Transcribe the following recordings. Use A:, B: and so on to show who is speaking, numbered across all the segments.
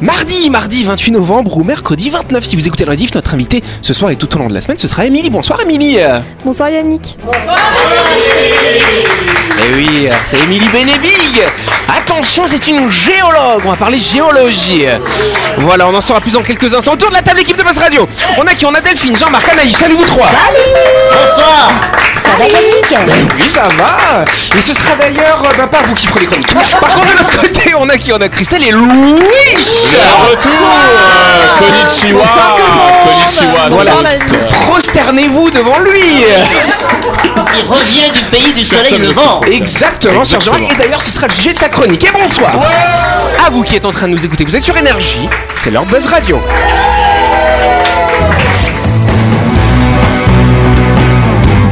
A: mardi, mardi 28 novembre ou mercredi 29. Si vous écoutez le rediff, notre invité ce soir et tout au long de la semaine, ce sera Émilie. Bonsoir Émilie
B: Bonsoir Yannick.
A: Eh oui, c'est Émilie Bénébig Attention, c'est une géologue, on va parler géologie. Voilà, on en saura plus en quelques instants. Autour de la table, équipe de Buzz Radio, on a qui On a Delphine, Jean-Marc, Anaïs, salut vous trois Bonsoir
C: Ça va Yannick
A: Eh Oui, ça va Et ce sera d'ailleurs, euh, bah, pas vous qui ferez les chroniques. Par contre, de notre côté, on a qui On a Christelle et Louis
D: Le retour euh, Konnichiwa
B: Bonsoir tout le monde.
D: Konnichiwa
B: Bonsoir,
D: tous.
B: la-
D: Euh,
A: Prosternez-vous devant lui
E: Il revient du pays du soleil
D: Personne ne
E: levant.
A: Exactement, Sir
D: Exactement.
A: Jean-Marc. Et d'ailleurs, ce sera le sujet de sa chronique. Et bonsoir À vous qui êtes en train de nous écouter, vous êtes sur Énergie, c'est l'heure de Buzz Radio.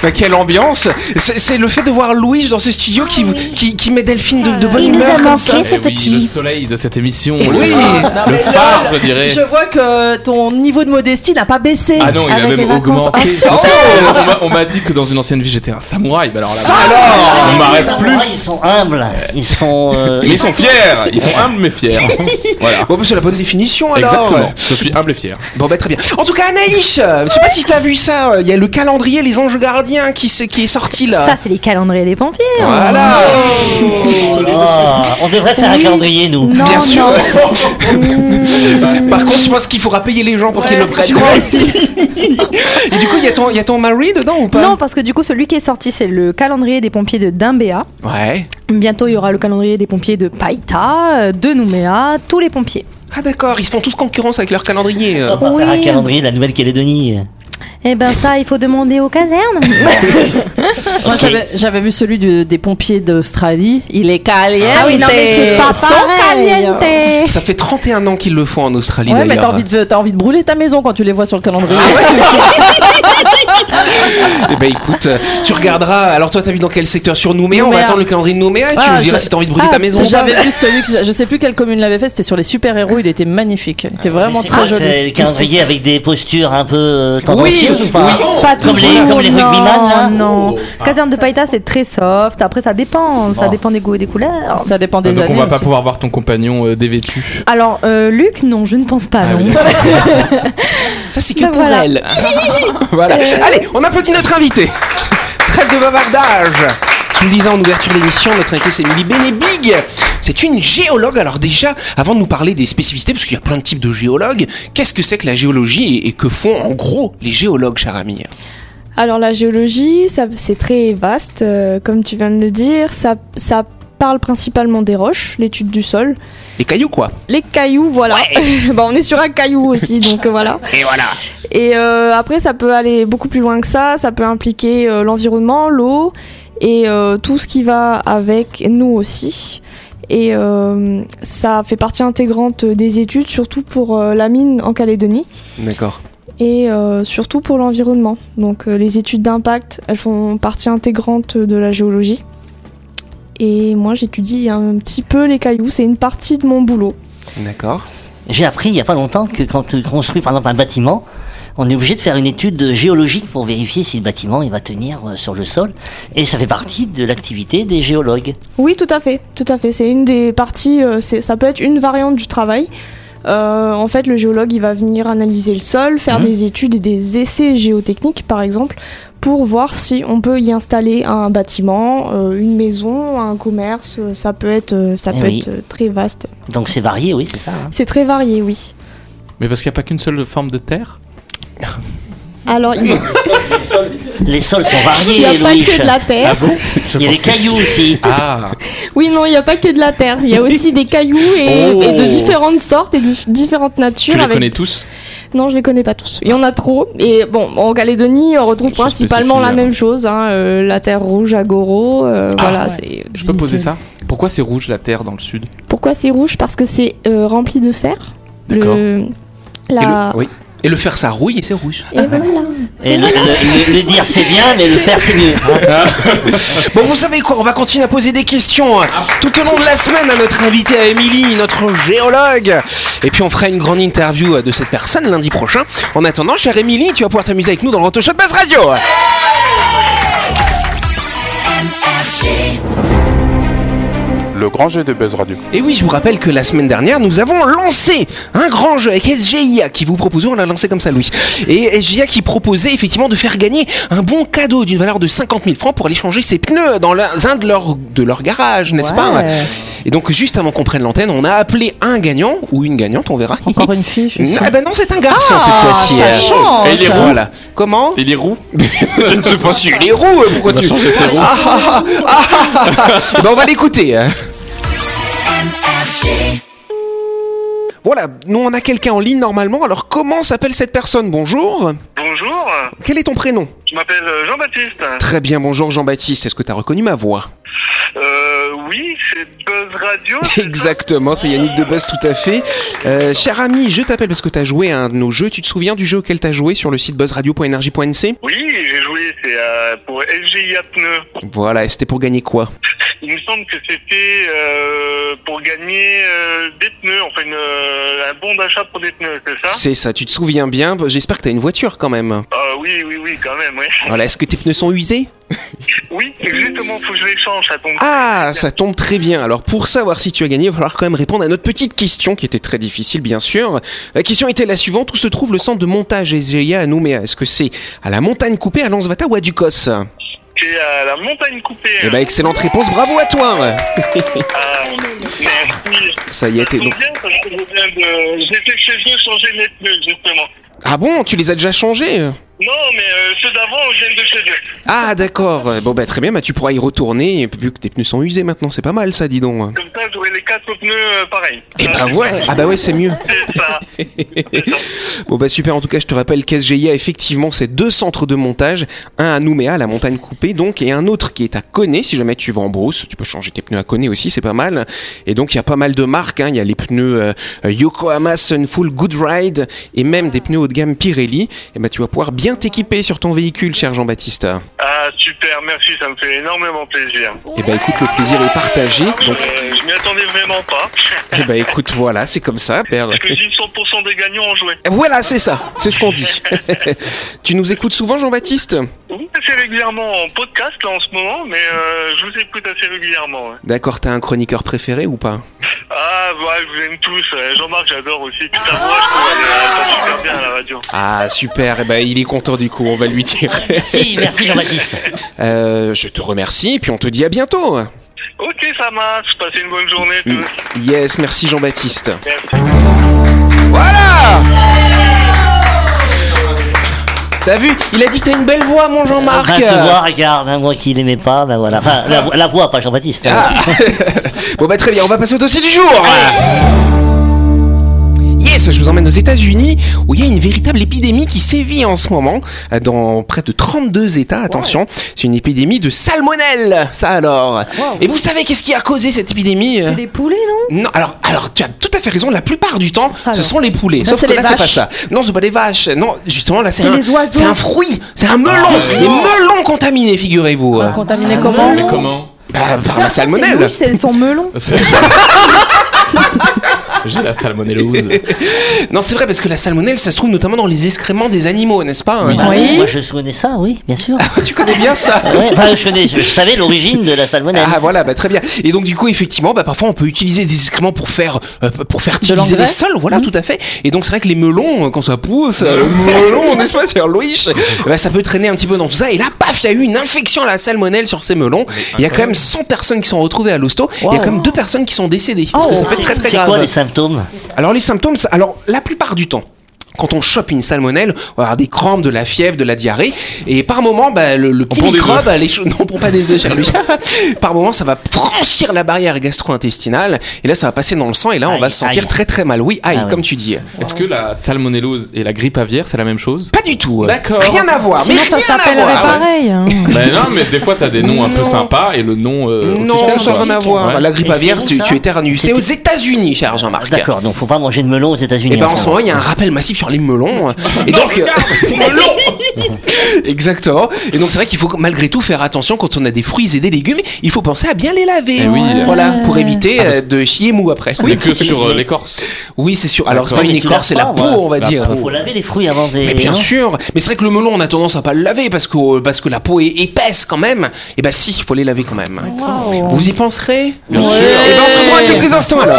A: Bah, Quelle ambiance C'est c'est le fait de voir Louis dans ce studio qui, qui, qui met Delphine de, de bonne
F: Ah Il nous
A: humeur
F: a
A: comme ça.
F: manqué ce
D: eh oui,
F: petit.
D: le soleil de cette émission,
G: Eh
D: Ah,
A: Oui
D: le phare, je dirais.
G: Je vois que ton niveau de modestie n'a pas baissé.
D: Ah non, il a
G: avec les
D: même
G: vacances.
D: augmenté.
G: Ah, super.
D: Parce que, euh, on m'a- on m'a dit que dans une ancienne vie, j'étais un samouraï. Bah alors là,
A: Alors
D: on
E: Les
D: m'arrête plus.
E: samouraïs, Ils sont humbles. Ils sont. euh,
D: Mais ils sont fiers, ils sont humbles mais fiers. voilà.
A: Bon, bah, c'est la bonne définition alors
D: Exactement, je suis humble et fier.
A: Bon, bah, très bien. En tout cas, Anaïs, euh, je sais pas si t'as vu ça, euh, il y a le calendrier Les Anges Gardiens qui, s'est- qui est sorti là.
F: Ah, Ça, c'est les calendriers des pompiers.
A: voilà
E: Ah, on devrait faire un
F: Oui.
E: calendrier, nous.
F: Non,
A: Bien sûr.
F: non.
A: Par contre, je pense qu'il faudra payer les gens pour qu'ils le prennent. Et du coup, il y, a ton- il y a ton mari dedans ou pas
F: Non, parce que du coup, celui qui est sorti, c'est le calendrier des pompiers de Dimbéa.
A: Ouais.
F: Bientôt, il y aura le calendrier des pompiers de Païta, euh, de Nouméa, tous les pompiers.
A: Ah d'accord, ils se font tous concurrence avec leur calendrier.
E: On va pas
F: Oui.
E: faire un calendrier de la Nouvelle-Calédonie.
F: Eh ben ça, il faut demander aux casernes.
G: Moi, j'avais- j'avais vu celui du- des pompiers d'Australie. Il est caliente.
F: Ah oui, non, mais c'est pas
G: Sans
F: pareil.
G: caliente.
A: Ça fait 31 ans qu'ils le font en Australie
G: Ouais, mais t'as
A: d'ailleurs. Ah
G: envie, de, t'as envie de brûler ta maison quand tu les vois sur le calendrier.
A: Eh ben écoute, euh, tu regarderas. Alors toi, t'as vu dans quel secteur Sur Nouméa, on va
G: Nouméa.
A: attendre le calendrier de Nouméa et tu
G: Ah,
A: me diras
G: je-
A: si t'as envie de brûler
G: Ah,
A: ta maison. ou pas.
G: J'avais vu celui, qui- je sais plus quelle commune l'avait fait, c'était sur les super-héros, il était magnifique. Il était vraiment
E: Ah, Mais c'est
G: très
E: quoi,
G: joli.
E: C'est le calendrier avec des postures un peu euh,
A: Oui,
E: tendancieuses ou pas
A: oui.
F: Pas
E: Comme les-
F: toujours,
E: comme les rugbyman, là.
F: non, non. Caserne de Païta, c'est très soft. Après, ça dépend. Ça
E: Bon.
F: dépend des goûts et des couleurs.
G: Ça dépend
H: Ah,
G: des
D: Donc
G: années.
D: on va pas
G: aussi.
D: pouvoir voir ton compagnon euh, dévêtu.
F: Alors, euh, Luc, non, je ne pense pas,
D: Ah
F: non.
D: oui,
A: Ça c'est que
F: Ben
A: pour
F: voilà. Euh.
A: elle. voilà. Allez, on applaudit notre invité. Traite de bavardage. Je vous le disais en ouverture de l'émission, notre invité c'est Émilie Bénébig. C'est une géologue. Alors déjà, avant de nous parler des spécificités, parce qu'il y a plein de types de géologues, qu'est-ce que c'est que la géologie et- et que font en gros les géologues, cher ami
B: Alors la géologie, ça- c'est très vaste, euh, comme tu viens de le dire. Ça, ça parle principalement des roches, l'étude du sol,
A: Les cailloux quoi
B: les cailloux, voilà. Bah, on est sur un caillou aussi, donc euh, voilà.
A: Et voilà.
B: Et euh, après, ça peut aller beaucoup plus loin que ça. Ça peut impliquer euh, l'environnement, l'eau et euh, tout ce qui va avec nous aussi. Et euh, ça fait partie intégrante des études, surtout pour euh, la mine en Calédonie
A: D'accord.
B: et euh, surtout pour l'environnement. Donc euh, les études d'impact, elles font partie intégrante de la géologie. Et moi, j'étudie un petit peu les cailloux. C'est une partie de mon boulot.
A: D'accord.
E: J'ai appris il y a pas longtemps que quand tu construis par exemple un bâtiment, on est obligé de faire une étude géologique pour vérifier si le bâtiment il va tenir euh, sur le sol. Et ça fait partie de l'activité des géologues.
B: Oui, tout à fait, tout à fait. C'est une des parties, euh, c'est- ça peut être une variante du travail. Euh, en fait, le géologue, il va venir analyser le sol, faire
E: Mhm.
B: des études et des essais géotechniques, par exemple, pour voir si on peut y installer un bâtiment, euh, une maison, un commerce. euh, Ça peut être, euh, ça
E: Eh
B: peut
E: oui.
B: être euh, très vaste.
E: Donc c'est varié, oui, c'est ça. hein.
B: C'est très varié, oui.
D: Mais parce qu'il n'y a pas qu'une seule forme de terre.
B: Alors, il n'y a
E: Les sols sont variés,
B: pas
E: Louis.
B: que de la terre.
D: bon
E: Il y a des cailloux aussi.
D: Ah,
B: Oui, non, il n'y a pas que de la terre. Il y a aussi des cailloux et,
D: Oh.
B: et de différentes sortes et de différentes natures.
D: tu les
B: avec-
D: connais tous
B: Non, je les connais pas tous. Il y en a trop. Et bon, en Calédonie, on retrouve
D: Ils sont
B: principalement la
D: spécifiques, hein.
B: même chose. hein, euh, la terre rouge à Goro. euh,
D: Ah,
B: voilà,
D: ouais.
B: c'est.
D: Je peux poser ça Pourquoi c'est rouge la terre dans le sud
B: Pourquoi c'est rouge Parce que c'est euh, rempli de fer.
D: D'accord.
B: Le... La...
A: Et le- Oui. Et le fer, ça rouille et c'est rouge.
B: Et voilà.
E: Et le, le- le- le dire c'est bien, mais le faire c'est mieux. hein.
A: Bon, vous savez quoi On va continuer à poser des questions hein, tout au long de la semaine à notre invitée, à Émilie, notre géologue. Et puis, on fera une grande interview euh, de cette personne lundi prochain. En attendant, chère Émilie, tu vas pouvoir t'amuser avec nous dans l'Anto Show de Buzz Radio.
I: Le grand jeu de Buzz Radio.
A: Et oui, je vous rappelle que la semaine dernière, nous avons lancé un grand jeu avec SGIA qui vous proposait, on l'a lancé comme ça, Louis. Et SGIA qui proposait effectivement de faire gagner un bon cadeau d'une valeur de 50 000 francs pour aller changer ses pneus dans l'un un de leurs de leur garage, n'est-ce pas
G: Ouais.
A: Et donc, juste avant qu'on prenne l'antenne, on a appelé un gagnant ou une gagnante, on verra.
G: Encore une fille, je suis sûre.
A: Ah ben non, c'est un garçon
G: Ah,
A: cette fois-ci.
G: ça
A: euh.
G: change.
D: Et il est roux.
A: Voilà. Comment
D: Il est roux.
A: Je ne sais pas si il est roux. euh, Pourquoi
D: Il a
A: tu
D: changé ses roues.
A: ah, ah, ah, ah, ah, ah. Eh ben, on va l'écouter. hein. Voilà, nous on a quelqu'un en ligne normalement, alors comment s'appelle cette personne Bonjour,
J: Bonjour,
A: quel est ton prénom
J: je m'appelle euh, Jean-Baptiste.
A: Très bien, bonjour Jean-Baptiste, est-ce que tu as reconnu ma voix
J: Euh, oui, c'est Buzz Radio. c'est ça
A: Exactement, c'est Yannick Debuzz tout à fait. Euh, cher ami, je t'appelle parce que tu as joué à un de nos jeux, tu te souviens du jeu auquel tu as joué sur le site buzzradio.energie.nc
J: Oui, j'ai joué, c'est euh, pour SGIA Pneus.
A: Voilà, et c'était pour gagner quoi
J: E. Il me semble que c'était euh, pour gagner euh, des pneus, enfin une, euh, un bon d'achat pour des pneus, c'est ça
A: C'est ça, tu te souviens bien, Bah, j'espère que tu as une voiture quand même.
J: Ah Oui, oui, oui, quand même, oui.
A: Voilà, est-ce que tes pneus sont usés
J: Oui, exactement, faut que je les change, ça tombe.
A: Ah, ça tombe très bien. Alors pour savoir si tu as gagné, il va falloir quand même répondre à notre petite question qui était très difficile bien sûr. La question était la suivante, où se trouve le centre de montage SGIA à Nouméa Est-ce que c'est à la montagne coupée, à Lansvata ou à Ducos
J: C'est à la montagne coupée.
A: Eh ben excellente réponse, bravo à toi
J: Ah, merci.
A: Ça y est,
J: Ça
A: t'es
J: tombe
A: donc...
J: bien, parce que je viens de... J'étais chez eux changer mes pneus, justement.
A: Ah bon, tu les as déjà changés
J: Non, mais euh, ceux d'avant viennent de chez eux.
A: Ah d'accord, bon bah très bien, bah, tu pourras y retourner vu que tes pneus sont usés maintenant, c'est pas mal ça dis donc.
J: Comme ça, j'aurai les quatre pneus euh, pareils.
A: Eh bah ouais, ah bah ouais c'est mieux.
J: C'est ça.
A: Bon bah super, en tout cas je te rappelle qu'SGIA effectivement c'est deux centres de montage, un à Nouméa, la montagne coupée donc, et un autre qui est à Coné, si jamais tu vas en brousse, tu peux changer tes pneus à Coné aussi, c'est pas mal. Et donc il y a pas mal de marques, hein. il y a les pneus euh, euh, Yokohama, Sunfull, Good Ride, et même des pneus haut de gamme Pirelli, et bah tu vas pouvoir bien t'équiper sur ton véhicule cher Jean-Baptiste.
J: Ah, super, merci, ça me fait énormément plaisir.
A: Et bah écoute, le plaisir est partagé, donc
J: Euh, je m'y attendais vraiment pas.
A: et bah écoute voilà, c'est comme ça. Père.
J: Parce que j'ai 100% des gagnants ont joué.
A: Voilà, c'est ça, c'est ce qu'on dit. tu nous écoutes souvent Jean-Baptiste
J: Oui, assez régulièrement en podcast, là, en ce moment, mais euh, je vous écoute assez régulièrement. ouais.
A: D'accord, t'as un chroniqueur préféré ou pas
J: Ah, ouais, je vous aime tous. euh, Jean-Marc, j'adore aussi. Puis ta voix, je trouve, elle, euh, passe super bien à la radio.
A: Ah super, eh ben, il est content du coup, on va lui dire.
E: Si, merci Jean-Baptiste.
A: Euh, je te remercie et puis on te dit à bientôt.
J: Ok, ça marche. Passez une bonne journée, tous.
A: Yes, merci Jean-Baptiste.
J: Merci.
A: Voilà T'as vu Il a dit que t'as une belle voix mon Jean-Marc.
E: Enfin, tu vois, regarde, hein, moi qui l'aimais pas, ben voilà. Enfin, la, la voix, pas Jean-Baptiste. hein.
A: Ah. bon bah très bien, on va passer au dossier du jour. Yes, je vous emmène aux États-Unis où il y a une véritable épidémie qui sévit en ce moment euh, dans près de 32 États. Attention, c'est une épidémie de salmonelle. Ça alors. Et vous savez qu'est-ce qui a causé cette épidémie euh
F: C'est des poulets, non
A: Non, alors, alors tu as tout à fait raison. La plupart du temps,
F: Ça
A: ce
F: alors.
A: sont les poulets.
F: Ça,
A: Sauf
F: c'est
A: que
F: les
A: là, c'est pas
F: vaches.
A: ça. Non, c'est pas les vaches. Non, justement là, c'est
F: C'est
A: un,
F: les oiseaux.
A: c'est un fruit. C'est un melon. les melons contaminés, figurez-vous.
F: Contaminé comment
D: Mais comment
A: Bah,
F: Ah.
A: par
F: Ça,
A: la
F: ça, c'est
A: salmonelle.
F: Louis, c'est son melon.
D: J'ai la salmonellose.
A: Non, c'est vrai parce que la salmonelle, ça se trouve notamment dans les excréments des animaux, n'est-ce pas hein
B: Ah,
E: Bah,
F: Oui.
E: Moi je souvenais ça, oui, bien sûr.
A: Tu connais bien ça.
E: Ouais, enfin, je, connais- je savais l'origine de la salmonelle.
A: Ah voilà, bah très bien. Et donc du coup, effectivement, bah parfois on peut utiliser des excréments pour faire euh, pour fertiliser les
G: l'engrais
A: sols, voilà, tout à fait. Et donc c'est vrai que les melons euh, quand ça pousse, euh, le melon, n'est-ce pas, sur Louis, bah, ça peut traîner un petit peu dans tout ça et là paf, il y a eu une infection à la salmonelle sur ces melons. Il y a quand même 100 personnes qui sont retrouvées à l'hosto, il y a quand même deux personnes qui sont décédées parce que ça peut être très très
E: Oh. C'est
A: grave. Ah,
E: quoi les symptômes Ah,
A: Alors les symptômes, ça- alors la plupart du temps. Quand on chope une salmonelle, on va avoir des crampes, de la fièvre, de la diarrhée, et par moment, bah, le, le petit
D: prend des
A: microbe, les choses, non, on prend pas des œufs, cher Louis. par moment, ça va franchir la barrière gastro-intestinale, et là, ça va passer dans le sang, et là, on
E: Aïe,
A: va se sentir
E: aïe.
A: très très mal. Oui, aïe,
E: Ah oui.
A: comme tu dis.
D: Est-ce que la salmonellose et la grippe aviaire, c'est la même chose
A: Pas du tout. euh,
D: D'accord.
A: Rien à voir.
F: Sinon,
A: mais
F: ça
A: rien à
F: s'appellerait
A: voir.
F: pareil. hein.
D: Ben non, mais des fois t'as des noms un peu sympas et le nom. euh,
A: Non,
D: officiel,
A: ça
D: quoi.
A: n'a rien à voir.
D: Ouais.
A: La grippe
E: Et
A: aviaire,
E: c'est où,
A: tu,
E: ça
A: tu éternues. C'est aux États-Unis, cher Jean-Marc.
E: D'accord, donc faut pas manger de melon aux États-Unis.
A: Et ben
E: en ce
A: en ce moment, il y a un rappel massif sur par les melons. euh, Et donc, euh, exactement. Et donc c'est vrai qu'il faut malgré tout faire attention quand on a des fruits et des légumes. Il faut penser à bien les laver.
D: Eh oui.
A: Voilà, pour éviter euh, de chier mou après.
D: On est que sur euh, l'écorce.
A: Oui, c'est sûr. Alors c'est
D: D'accord.
A: pas une
E: Mais tu
A: écorce, c'est la
E: laves
A: peau,
E: pas, ouais.
A: on va
D: La
A: dire.
D: peau.
E: Faut laver les fruits avant de les.
A: Mais bien
E: hein.
A: sûr. Mais c'est vrai que le melon, on a tendance à pas le laver parce que euh, parce que la peau est épaisse quand même. Et ben si, il faut les laver quand même. Vous y penserez
D: Bien sûr.
A: Et ben on se retrouve à quelques instants alors.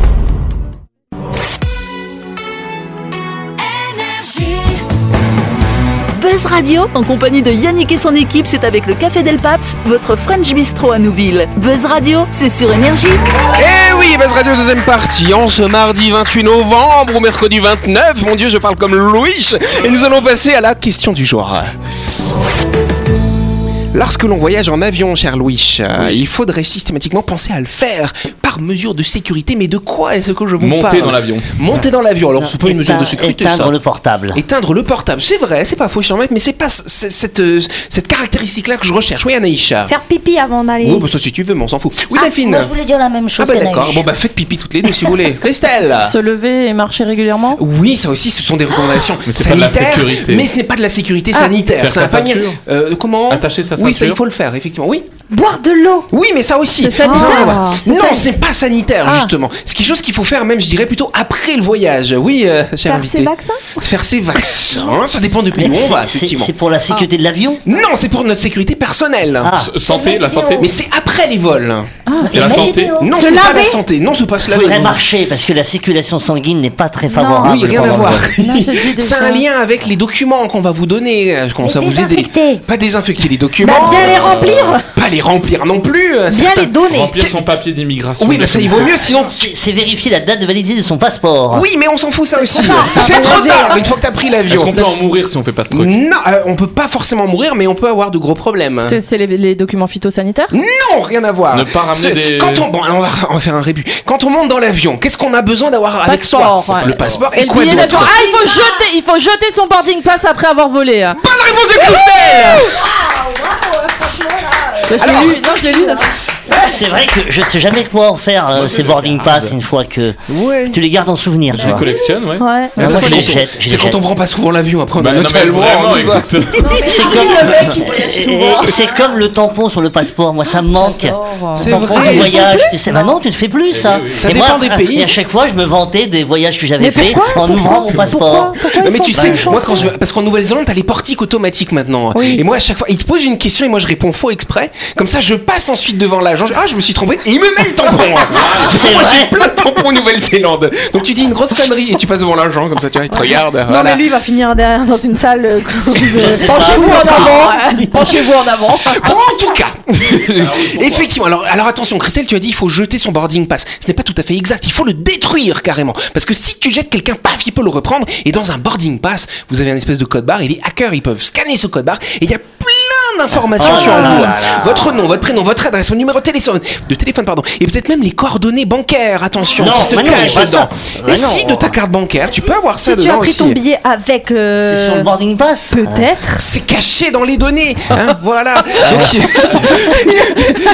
C: Buzz Radio, en compagnie de Yannick et son équipe, c'est avec le Café Del Paps, votre French Bistro à Nouville. Buzz Radio, c'est sur Énergie.
A: Eh oui, Buzz Radio deuxième partie, en ce mardi 28 novembre ou mercredi 29, mon dieu, je parle comme Louis, et nous allons passer à la question du jour. Lorsque l'on voyage en avion, cher Louis, euh, il faudrait systématiquement penser à le faire par mesure de sécurité, mais de quoi est-ce que je vous parle
D: Monter dans l'avion.
A: Monter dans l'avion, alors c'est pas une mesure de
E: Éteindre-
A: sécurité
E: Éteindre
A: ça.
E: le portable.
A: Éteindre le portable, c'est vrai, c'est pas faux, je mais c'est pas c- c- cette, euh, cette caractéristique-là que je recherche. Oui, Anaïcha.
F: Faire pipi avant d'aller.
A: Oui, bah ça si tu veux, mais on s'en fout. Oui,
E: Ah,
A: Delphine.
E: Moi, je voulais dire la même
A: Ah
E: chose.
A: bah
E: qu'Anaïs.
A: d'accord, bon bah faites pipi toutes les deux si vous voulez. Christelle
G: Se lever et marcher régulièrement
A: Oui, ça aussi, ce sont des recommandations
D: c'est pas de la
A: sanitaires,
D: sécurité.
A: mais ce n'est pas de la
E: Ah,
A: sécurité sanitaire.
D: Faire
A: C'est un
D: sa
A: panier.
D: ceinture.
A: Euh, comment
D: Attacher sa
A: Oui, ça il
D: ceinture.
A: faut le faire, effectivement. Oui,
F: Boire de l'eau.
A: oui, mais ça aussi.
F: C'est sanitaire.
A: Ça, on va voir.
F: Ah, c'est
A: non,
F: ça.
A: c'est pas sanitaire
F: Ah.
A: justement. C'est quelque chose qu'il faut faire, même je dirais plutôt après le voyage. Oui, euh, cher
F: Faire
A: invité.
F: ses vaccins.
A: Faire ses vaccins. Ça dépend du pays où on va,
E: C'est- C'est
A: effectivement. Ah.
E: c'est pour la sécurité de l'avion.
A: Non, c'est pour notre sécurité personnelle.
E: Ah.
D: S- Santé, la santé.
A: Mais c'est après les vols.
D: C'est la santé.
A: Non,
F: Se
A: c'est pas la
F: laver.
A: santé. Non, c'est pas se laver.
E: Faudrait
A: non.
E: marcher parce que la circulation sanguine n'est pas très
D: Ah,
E: favorable.
A: Oui, rien à
E: pendant le
A: voir.
E: vol.
G: Non, je dis des
A: Ça a un
G: fois.
A: lien avec les documents qu'on va vous donner. euh, Je commence à vous aider.
F: désinfecter.
A: Pas désinfecter les documents. Euh,
F: Bah, bien les remplir.
A: Pas les remplir non plus. euh,
F: Bien
A: certains-
F: les donner.
D: Remplir son papier d'immigration.
A: Oui, mais ça il vaut mieux sinon.
E: C'est c'est vérifier la date de validité de son passeport.
A: Oui, mais on s'en fout ça aussi.
F: tard.
A: C'est
F: Ah,
A: trop
F: manger.
A: tard. Une fois que t'as pris
D: Est-ce qu'on
A: l'avion.
D: peut en mourir si on fait pas ce truc
A: Non, euh, on peut pas forcément mourir, mais on peut avoir de gros problèmes.
G: C'est c'est les, les documents phytosanitaires
A: Non, rien à voir.
D: Ne pas ramener
A: C'est-
D: des-
A: Quand on bon, alors on va, on va faire un rébut. Quand on monte dans l'avion, qu'est-ce qu'on a besoin d'avoir avec soi
G: Passeport, ouais.
A: Le passeport et,
G: Et le
A: quoi
G: billet
A: d'autre
G: d'avion. Ah, il faut jeter, il faut jeter son boarding pass après avoir volé. hein.
A: Bonne réponse de Christelle.
G: Je l'ai
A: Alors-
G: lu. Non, je l'ai lu. ça-
E: Ah, C'est vrai que je sais jamais quoi en faire euh, ces boarding pass une fois que
A: Ouais.
E: tu les gardes en souvenir.
D: Je les collectionne, ouais.
F: Ouais.
A: Ah, ça,
E: Moi,
A: c'est
E: je les
A: quand-
E: jette, je les
A: c'est quand
E: jette.
A: on prend pas souvent l'avion après on hein.
D: Bah,
A: a
D: non, mais
A: l'hôtel,
D: vraiment,
A: on se voit.
D: exactement.
E: C'est comme Et- et c'est comme le tampon sur le passeport. Moi, ça me manque.
A: C'est
E: Tampon
A: vrai. Ah,
E: du voyage, tu sais, bah non, tu ne fais plus ça.
D: Eh oui, oui.
A: Ça
E: Et
A: dépend des
E: à-
A: pays.
E: Et à chaque fois, je me vantais des voyages que j'avais
F: Mais
E: fait
F: pourquoi
E: en
F: Pourquoi
E: ouvrant mon passeport.
F: Pourquoi, Pourquoi
A: Non,
F: ils
A: mais
F: font
A: tu
F: pas
A: sais,
F: les
A: moi
F: choses
A: quand je parce qu'en Nouvelle-Zélande t'as les portiques automatiques maintenant.
F: Oui.
A: Et moi à chaque fois ils te posent une question et moi je réponds faux exprès. Comme ça je passe ensuite devant l'agent. Je- Ah je me suis trompé et il me met le tampon.
E: C'est
A: moi j'ai
E: vrai.
A: plein de tampons en Nouvelle-Zélande. Donc tu dis une grosse connerie et tu passes devant l'agent comme ça tu vois, il te regarde.
F: Non
A: voilà.
F: mais lui il va finir derrière dans une salle euh, close. Penchez-vous en avant. Penchez-vous en avant.
A: Bon, en tout cas, effectivement. Alors, alors attention, Christelle, tu as dit il faut jeter son boarding pass. Ce n'est pas tout à fait exact. Il faut le détruire carrément, parce que si tu jettes quelqu'un, paf, il peut le reprendre. Et dans un boarding pass, vous avez un espèce de code barre. Et les hackers, ils peuvent scanner ce code barre. Et il y a plein d'informations
E: Oh
A: sur
E: là
A: vous.
E: là là.
A: Votre nom, votre prénom, votre adresse, votre numéro de téléphone, de téléphone pardon, et peut-être même les coordonnées bancaires. Attention,
E: Non,
A: qui se
E: mais non,
A: cachent
E: pas
A: dedans.
E: ça.
A: Et
E: Mais
A: si
E: non.
A: de ta carte bancaire, tu peux avoir ça
F: Si tu as
A: dedans
F: pris
A: aussi.
F: ton billet avec euh,
E: C'est sur le boarding pass.
F: peut-être.
A: C'est caché dans les données. hein, voilà. Donc,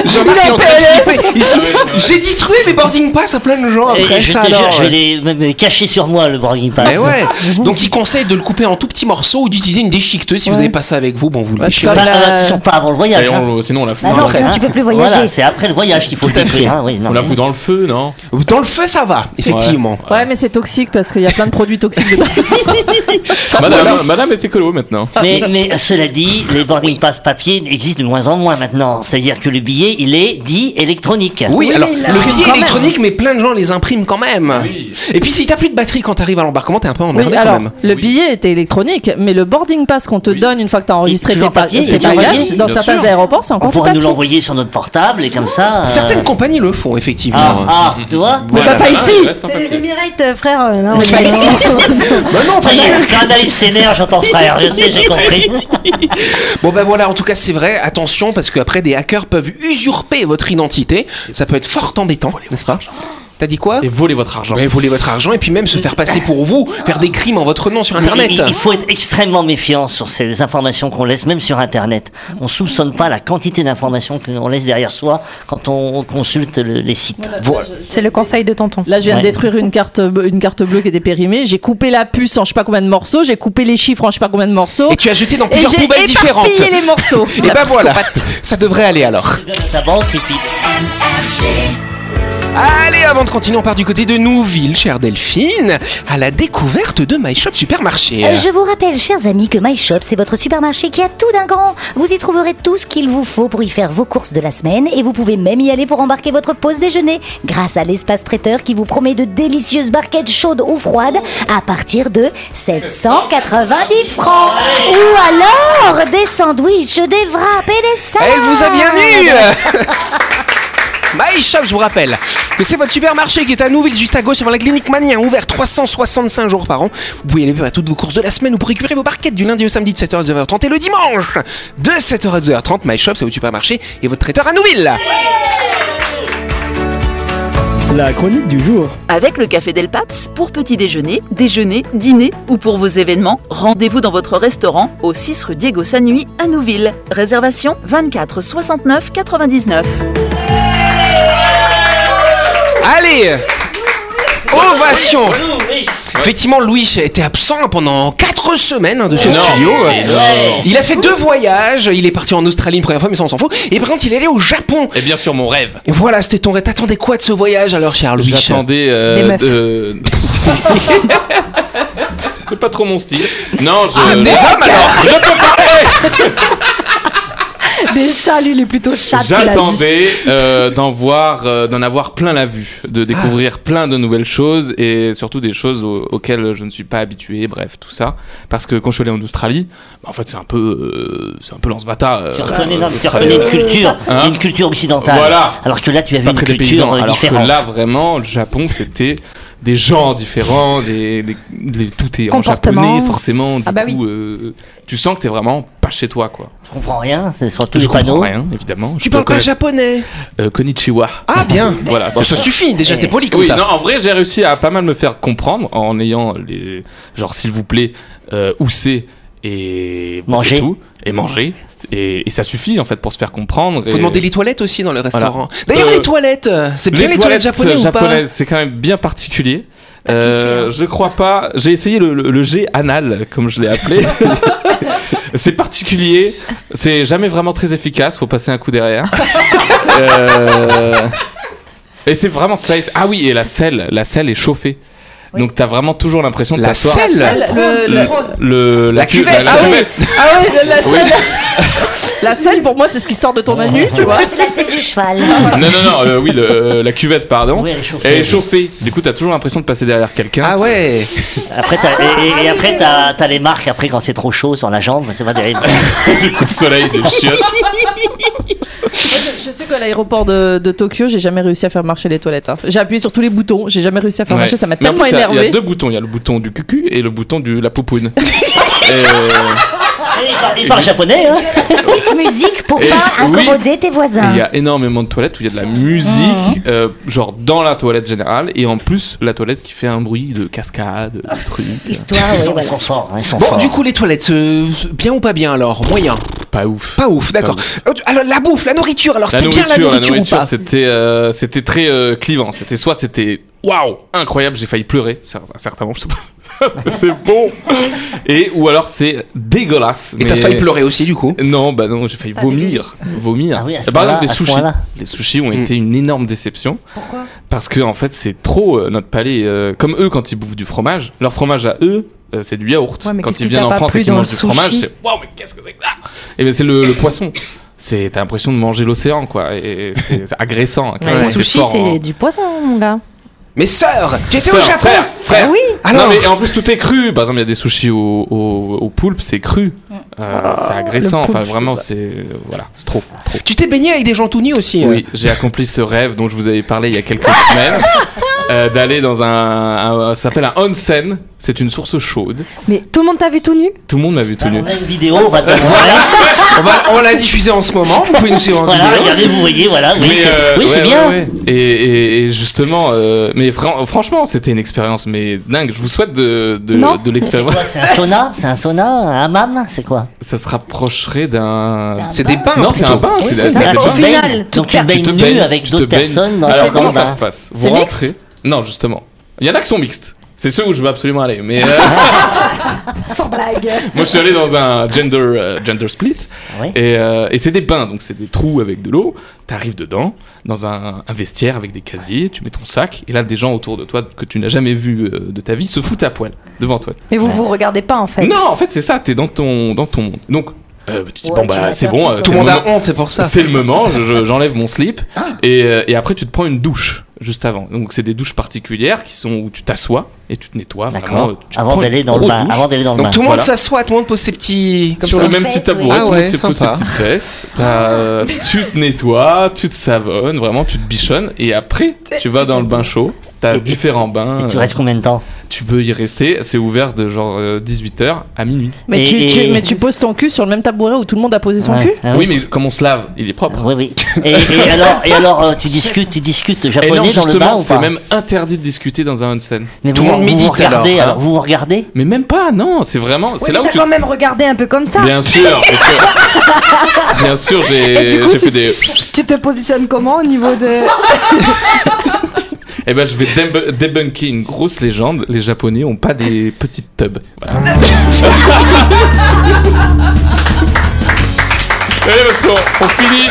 A: Jean-Marc est en train de flipper. Il se- J'ai distribué mes boarding pass à plein de gens
E: Et
A: après
E: je
A: ça.
E: te jure,
A: Alors, euh.
E: je vais les me- me cacher sur moi le boarding pass.
A: Mais ouais. Donc, il conseille de le couper en tout petits morceaux ou d'utiliser une déchiqueteuse. Si vous n'avez pas ça avec vous, bon, vous le
G: Bah, je
A: lâchez.
E: Pas,
G: Comme la-
E: attention, pas avant le voyage.
D: Et
E: hein.
D: on- Ah sinon on la fout
F: Bah
D: dans
F: non,
D: le-
F: sinon tu peux plus
E: Voilà,
F: voyager.
E: c'est après le voyage qu'il faut
A: Tout à
E: le détruire,
A: fait.
E: hein, oui, non.
D: On la fout dans le feu, non
A: Dans le feu, ça va, effectivement.
G: Ouais, mais c'est toxique parce qu'il y a plein de produits toxiques dedans.
D: Madame, Madame est écolo maintenant.
E: Mais, mais euh, cela dit, les boarding pass papier existent de moins en moins maintenant. C'est-à-dire que le billet, il est dit électronique.
A: Oui,
F: Oui,
A: alors
F: mais il
A: le
F: l'imprime
A: billet
F: quand
A: électronique, mais plein de gens les impriment quand même.
D: Oui.
A: Et puis si t'as plus de batterie quand t'arrives à l'embarquement, t'es un peu
G: Oui,
A: emmerdé Bah quand
G: alors,
A: même.
G: le billet était électronique, mais le boarding pass qu'on te donne une fois que t'as enregistré
E: toujours
G: tes, pa-
E: papier,
G: tes
E: toujours
G: voyage, dans
E: Bien
G: certains
E: sûr.
G: aéroports, c'est
E: On
G: encore
E: pourrait
G: du
E: nous
G: papier.
E: l'envoyer sur notre portable et comme ça. euh,
A: Certaines compagnies le font, effectivement.
E: Ah, ah, tu vois
A: Mais Voilà. bah, pas ici.
D: reste un
F: C'est les
D: papier.
F: Émirates, euh, frère. euh, Là, on
E: Pas
F: est
E: ici.
A: Bah non, pas
E: Ça y
A: mal.
E: est, Quand il s'énerve, j'entends frère, je sais, j'ai compris.
A: Bon ben voilà, en tout cas c'est vrai, attention parce qu'après des hackers peuvent usurper votre identité, ça peut être fort embêtant, n'est-ce pas T'as dit quoi
D: Et voler votre argent.
A: Ouais, voler votre argent et puis même se faire passer pour vous, faire des crimes en votre nom sur internet.
E: Il, il- il faut être extrêmement méfiant sur ces informations qu'on laisse, même sur Internet. On soupçonne pas la quantité d'informations qu'on laisse derrière soi quand on consulte le- les sites.
A: Voilà.
F: C'est le conseil de tonton.
G: Là, je viens
E: Ouais.
G: de détruire une carte, bleu- une carte bleue qui était périmée. J'ai coupé la puce en je sais pas combien de morceaux. J'ai coupé les chiffres en je sais pas combien de morceaux.
A: Et tu as jeté dans
G: Et
A: plusieurs
G: j'ai
A: poubelles différentes.
G: éparpillé les morceaux.
A: Et ben voilà, ça devrait aller alors.
E: Tu donnes ta banque et puis
A: Allez, avant de continuer, on part du côté de Nouville, chère Delphine, à la découverte de My Shop Supermarché.
G: Eh,
K: Euh, Je vous rappelle, chers amis, que My Shop, c'est votre supermarché qui a tout d'un grand. Vous y trouverez tout ce qu'il vous faut pour y faire vos courses de la semaine et vous pouvez même y aller pour embarquer votre pause déjeuner grâce à l'espace traiteur qui vous promet de délicieuses barquettes chaudes ou froides à partir de 790 francs. Ou alors des sandwichs, des wraps et des salades.
A: Elle vous a bien eu My Shop, je vous rappelle que c'est votre supermarché qui est à Nouville, juste à gauche avant la clinique Mania, ouvert 365 jours par an. Vous pouvez aller faire toutes vos courses de la semaine ou procurer vos barquettes du lundi au samedi de 7h à 9h30 et le dimanche de 7h à 2h30. My Shop, c'est votre supermarché et votre traiteur à Nouville.
H: La chronique du jour.
C: Avec le Café Del Paps, pour petit déjeuner, déjeuner, dîner ou pour vos événements, rendez-vous dans votre restaurant au 6 rue Diego Sanui à Nouville. Réservation 24 69 99.
A: Allez Ovation
E: oui.
A: Effectivement, Louis était absent pendant 4 semaines hein, de ce
D: Énorme,
A: studio.
D: énorme.
A: Il a fait deux voyages. Il est parti en Australie une première fois, mais ça on s'en fout. Et par contre, il est allé au Japon.
D: Et bien sûr, mon rêve.
A: Et voilà, c'était ton rêve. T'attendais quoi de ce voyage alors, cher Louis
D: J'attendais. euh,
F: Des meufs.
D: euh, C'est pas trop mon style. Non, je.
A: Ah, des hommes alors
D: Je peux parler
F: Des chats, lui, il est
G: Euh,
F: plutôt chat. il a dit.
D: J'attendais euh, d'en voir, euh, d'en avoir plein la vue, de découvrir
F: Ah.
D: plein de nouvelles choses et surtout des choses au- auxquelles je ne suis pas habitué. Bref, tout ça, parce que quand je suis allé en Australie, bah, en fait, c'est un peu, euh, c'est un peu l'Ansvata. euh,
E: tu
D: voilà,
E: reconnais, non,
D: euh,
E: mais tu
D: très-
E: reconnais une culture,
D: Hein
E: une culture occidentale.
D: Voilà.
E: Alors que là, tu avais
D: pas
E: une
D: très des
E: culture
D: paysans.
E: euh,
D: Alors que
E: différente.
D: là, vraiment, le Japon, c'était des gens différents, des, des- des- tout est en
F: Comportement.
D: japonais, forcément. Du
F: Ah bah
D: coup, euh, tu sens que t'es vraiment pas chez toi, quoi.
E: Tu comprends rien, c'est sur tous
D: Je
E: les
D: comprends
E: panneaux.
D: rien, évidemment.
A: Tu parles pas japonais
D: japonais Konnichiwa.
A: Ah bien
D: euh, Voilà,
A: Bon,
D: c'est
A: Ça suffit, déjà, t'es poli comme
D: Eh, Oui,
A: ça.
D: non, en vrai, j'ai réussi à pas mal me faire comprendre en ayant les. Genre, s'il vous plaît, euh, où c'est et. où
E: Manger.
D: c'est tout, et manger. Et, et ça suffit, en fait, pour se faire comprendre.
A: Faut
D: et-
A: demander les toilettes aussi dans le restaurant. D'ailleurs,
D: Euh,
A: les toilettes, euh, c'est bien les toilettes, japonaises ou pas hein.
D: japonaises, c'est quand même bien particulier. Euh, je crois pas. J'ai essayé le, le- le jet anal, comme je l'ai appelé. c'est particulier. C'est jamais vraiment très efficace. Faut passer un coup derrière. Euh, Et c'est vraiment space. Ah oui, et la selle, la selle est chauffée. Donc t'as vraiment toujours l'impression de
A: La
D: t'asseoir-
A: selle
G: Le- le-
D: Le- le-
A: La
D: cu-
A: cuvette.
D: la- la
A: Ah oui.
D: cuvette.
G: Ah ouais, la
D: Oui.
G: selle. la selle, pour moi, c'est ce qui sort de ton anus, tu vois.
K: C'est la selle du cheval.
D: Non non non, euh, oui, le- euh, la cuvette, pardon.
E: Oui, elle est chauffée.
D: Elle est chauffée. Du coup, t'as toujours l'impression de passer derrière quelqu'un.
A: Ah ouais
E: Après, t'as- et, et- et après, t'as as les marques après quand c'est trop chaud sur la jambe, c'est pas terrible.
D: Des coups de soleil, des chiottes.
G: Moi, je, je sais qu'à l'aéroport de, de Tokyo, j'ai jamais réussi à faire marcher les toilettes. hein. J'ai appuyé sur tous les boutons, j'ai jamais réussi à faire
D: Ouais.
G: marcher, ça m'a
D: Mais en
G: tellement
D: plus, il y a- Il y
G: énervé.
D: a deux boutons, il y a le bouton du cucu et le bouton de la poupoune. Et- euh,
E: il parle, il parle japonais, hein
K: Petite musique pour
D: Et-
K: pas
D: oui.
K: incommoder tes
D: et
K: voisins.
D: il y a énormément de toilettes où il y a de la musique, euh, genre dans la toilette générale, et en plus la toilette qui fait un bruit de cascade, de euh, truc. Ah
K: Histoire, oui,
E: Ils sont, ils
K: voilà.
E: sont forts, hein, ils sont
A: Bon,
E: forts.
A: du coup, les toilettes, euh, bien ou pas bien alors Moyen
D: Pas ouf.
A: Pas ouf, d'accord.
D: Pas
A: Euh, Alors, la bouffe, la nourriture, alors
D: la
A: c'était bien
D: nourriture,
A: la nourriture,
D: la
A: ou
D: nourriture
A: pas
D: c'était euh, c'était très euh, clivant. C'était soit c'était waouh incroyable, j'ai failli pleurer, cer- certainement, je sais pas. c'est bon. Et ou alors c'est dégueulasse.
A: Et t'as
D: mais-
A: failli pleurer aussi, du coup
D: Non, bah non, j'ai failli vomir. Vomir.
E: Ah oui, à ce
D: Par
E: point-là,
D: exemple, les
E: à ce
D: sushis.
E: point-là.
D: Les sushis ont
A: Mm.
D: été une énorme déception. Pourquoi Parce que, en fait, c'est trop euh, notre palais. euh, comme eux, quand ils bouffent du fromage, leur fromage à eux. euh, c'est du yaourt.
F: Ouais, mais
D: Quand
F: qu'est-ce
D: ils
F: qui
D: viennent
F: t'a
D: en
F: pas
D: France et
F: plu
D: qu'ils
F: dans
D: mangent
F: le
D: du fromage,
F: sushi
D: c'est waouh, mais qu'est-ce que c'est que ça Et bien c'est le, le poisson. C'est t'as l'impression de manger l'océan quoi. Et c'est c'est agressant. quand
F: Ouais,
D: même,
F: les
D: c'est
F: sushis,
D: fort, hein.
F: c'est du poisson, mon gars.
A: Mais sœur, tu étais au
D: Sœur,
A: Japon
D: frère, frère.
F: Ah oui
A: Alors,
D: non mais en plus tout est cru. Par exemple, il y a des sushis au, au, au poulpe, c'est cru. Euh,
F: Oh,
D: c'est agressant, enfin vraiment, c'est voilà, c'est trop, trop.
A: Tu t'es baigné avec des gens tout nus aussi. hein.
D: Oui, j'ai accompli ce rêve dont je vous avais parlé il y a quelques semaines. euh, d'aller dans un, un- ça s'appelle un onsen, c'est une source chaude.
F: Mais tout le monde t'a vu tout nu
D: Tout le monde m'a vu tout nu.
E: Une vidéo, on va
A: On, va, on l'a diffusé en ce moment. Vous pouvez nous suivre en
E: Voilà,
A: vidéo.
E: regardez, vous voyez, voilà. Oui,
D: Mais,
E: c'est-
D: euh,
E: oui,
D: ouais,
E: c'est
D: ouais,
E: bien.
D: ouais. Et, et- et justement, euh, mais fran- franchement, c'était une expérience mais dingue. Je vous souhaite de de,
E: Non.
D: de
E: C'est
D: l'expérience.
E: quoi, C'est un sauna C'est un sauna Un hammam C'est quoi
D: Ça se rapprocherait d'un.
A: C'est des bains.
D: Non, c'est
A: plutôt.
D: un bain. c'est la- c'est des bains.
E: donc tu
D: Tu te
E: baignes nu
D: baignes,
E: avec
D: tu te
E: d'autres
D: baignes.
E: personnes dans
D: Alors
E: cette
D: comment ça
E: ambiance.
D: se passe Vous rentrez Non, justement. Il y en a qui sont mixtes. C'est ceux où je veux absolument aller. Mais euh,
F: Sans blague.
D: moi, je suis allé dans un gender euh, gender split.
E: Oui.
D: Et, euh, et c'est des bains, donc c'est des trous avec de l'eau. T'arrives dedans, dans un, un vestiaire avec des casiers. Tu mets ton sac. Et là, des gens autour de toi que tu n'as jamais vu euh, de ta vie se foutent à poil devant toi.
F: Mais vous vous regardez pas en fait.
D: Non, en fait, c'est ça. T'es dans ton dans ton monde. Donc. euh, tu te dis,
A: Ouais,
D: bon,
A: tu vas
D: bah, c'est
A: faire
D: bon.
A: ton
D: euh,
A: tour.
D: c'est
A: Tout le monde a
D: moment-
A: honte, c'est pour ça. Ah.
D: C'est le moment, je- je- j'enlève mon slip et, euh, et après tu te prends une douche juste avant. Donc c'est des douches particulières qui sont où tu t'assois et tu te nettoies vraiment. euh, tu te
E: Avant
D: prends une
E: d'aller dans le
D: grosse
E: bain.
D: douche.
E: Avant d'aller dans le
A: Donc
E: bain.
A: tout le monde
D: Voilà.
A: s'assoit, tout le monde pose ses petits. Comme
D: sur
A: ça.
D: le même petit tabouret,
A: Ah
D: tout le monde
A: ouais,
D: se pose ses
A: sympa.
D: petites fesses. T'as, euh, tu te nettoies, tu te savonnes, vraiment tu te bichonnes et après tu vas dans le bain chaud. T'as différents bains.
E: Tu
D: euh,
E: restes combien de temps
D: tu peux y rester. C'est ouvert de genre 18h à minuit.
G: Mais,
E: Et-
G: tu, tu-
E: et-
G: mais tu poses ton cul sur le même tabouret où tout le monde a posé son
E: Ouais.
G: cul
E: Ah
D: oui, mais comme on se lave, il est propre.
E: Oui, oui. Et, et alors, et alors euh, tu discutes, tu discutes
D: Et non,
E: japonais dans le
D: justement,
E: bain ou
D: c'est
E: pas
D: même interdit de discuter dans un onsen.
E: Mais
A: Tout
E: vous,
A: le monde
E: vous
A: médite,
E: vous regardez,
A: alors.
E: alors, vous vous regardez
D: Mais même pas, non, c'est vraiment,
F: Ouais,
D: c'est là
F: mais
D: où
F: t'as
D: tu.
F: quand même regardé un peu comme ça.
D: Bien sûr, bien sûr. bien sûr,
F: Et
D: j'ai
F: du coup,
D: j'ai
F: tu-
D: fait des.
F: Tu te positionnes comment au niveau de.
D: Eh ben, je vais débu- débunker une grosse légende. Les Japonais ont pas des petites tubs. Voilà. Allez, parce qu'on on finit.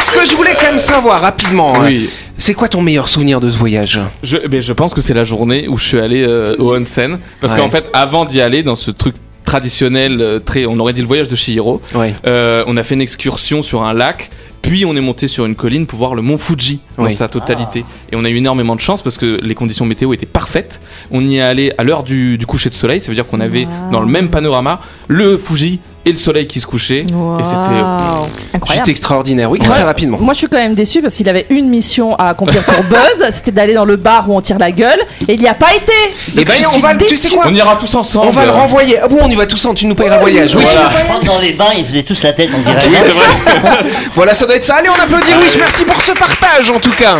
A: Ce que je voulais quand même savoir rapidement,
D: Oui.
A: hein, c'est quoi ton meilleur souvenir de ce voyage
D: Je, mais je pense que c'est la journée où je suis allé euh, au onsen parce
A: Ouais.
D: qu'en fait, avant d'y aller dans ce truc traditionnel, euh, très, on aurait dit le voyage de Chihiro.
A: Ouais.
D: Euh, on a fait une excursion sur un lac, puis on est monté sur une colline pour voir le mont Fuji dans
A: Oui.
D: sa totalité. Et on a eu énormément de chance parce que les conditions météo étaient parfaites. On y est allé à l'heure du, du coucher de soleil, ça veut dire qu'on avait dans le même panorama le Fuji et le soleil qui se couchait. Et c'était.
G: Waouh.
A: Juste
G: Incroyable.
A: extraordinaire. Oui,
G: Ouais.
A: ça rapidement.
G: Moi, je suis quand même déçu parce qu'il avait une mission à accomplir pour Buzz, c'était d'aller dans le bar où on tire la gueule, et il n'y a pas été.
A: Eh ben,
G: je
A: on
G: suis
A: va le- tu
G: déçue.
A: sais quoi
D: Bah, On ira tous ensemble.
A: On va le renvoyer. Ah bon, on y va tous ensemble, tu nous payeras le voyage. Oui,
D: Voilà.
E: Je crois que dans les bains, ils faisaient tous la tête, on dirait.
D: C'est vrai.
A: Voilà, ça doit être ça. Allez, on applaudit Louis. Merci pour ce partage, en tout cas.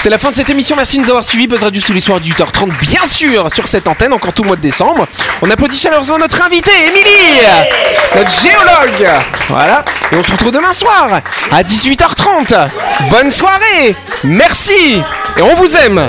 A: C'est la fin de cette émission. Merci de nous avoir suivis. Buzz Radio tous les soirs, 18h30, bien sûr, sur cette antenne, encore tout le mois de décembre. On applaudit chaleureusement notre invitée, Émilie, notre géologue. Voilà. Et on se retrouve demain soir, à 18h30. Bonne soirée. Merci. Et on vous aime.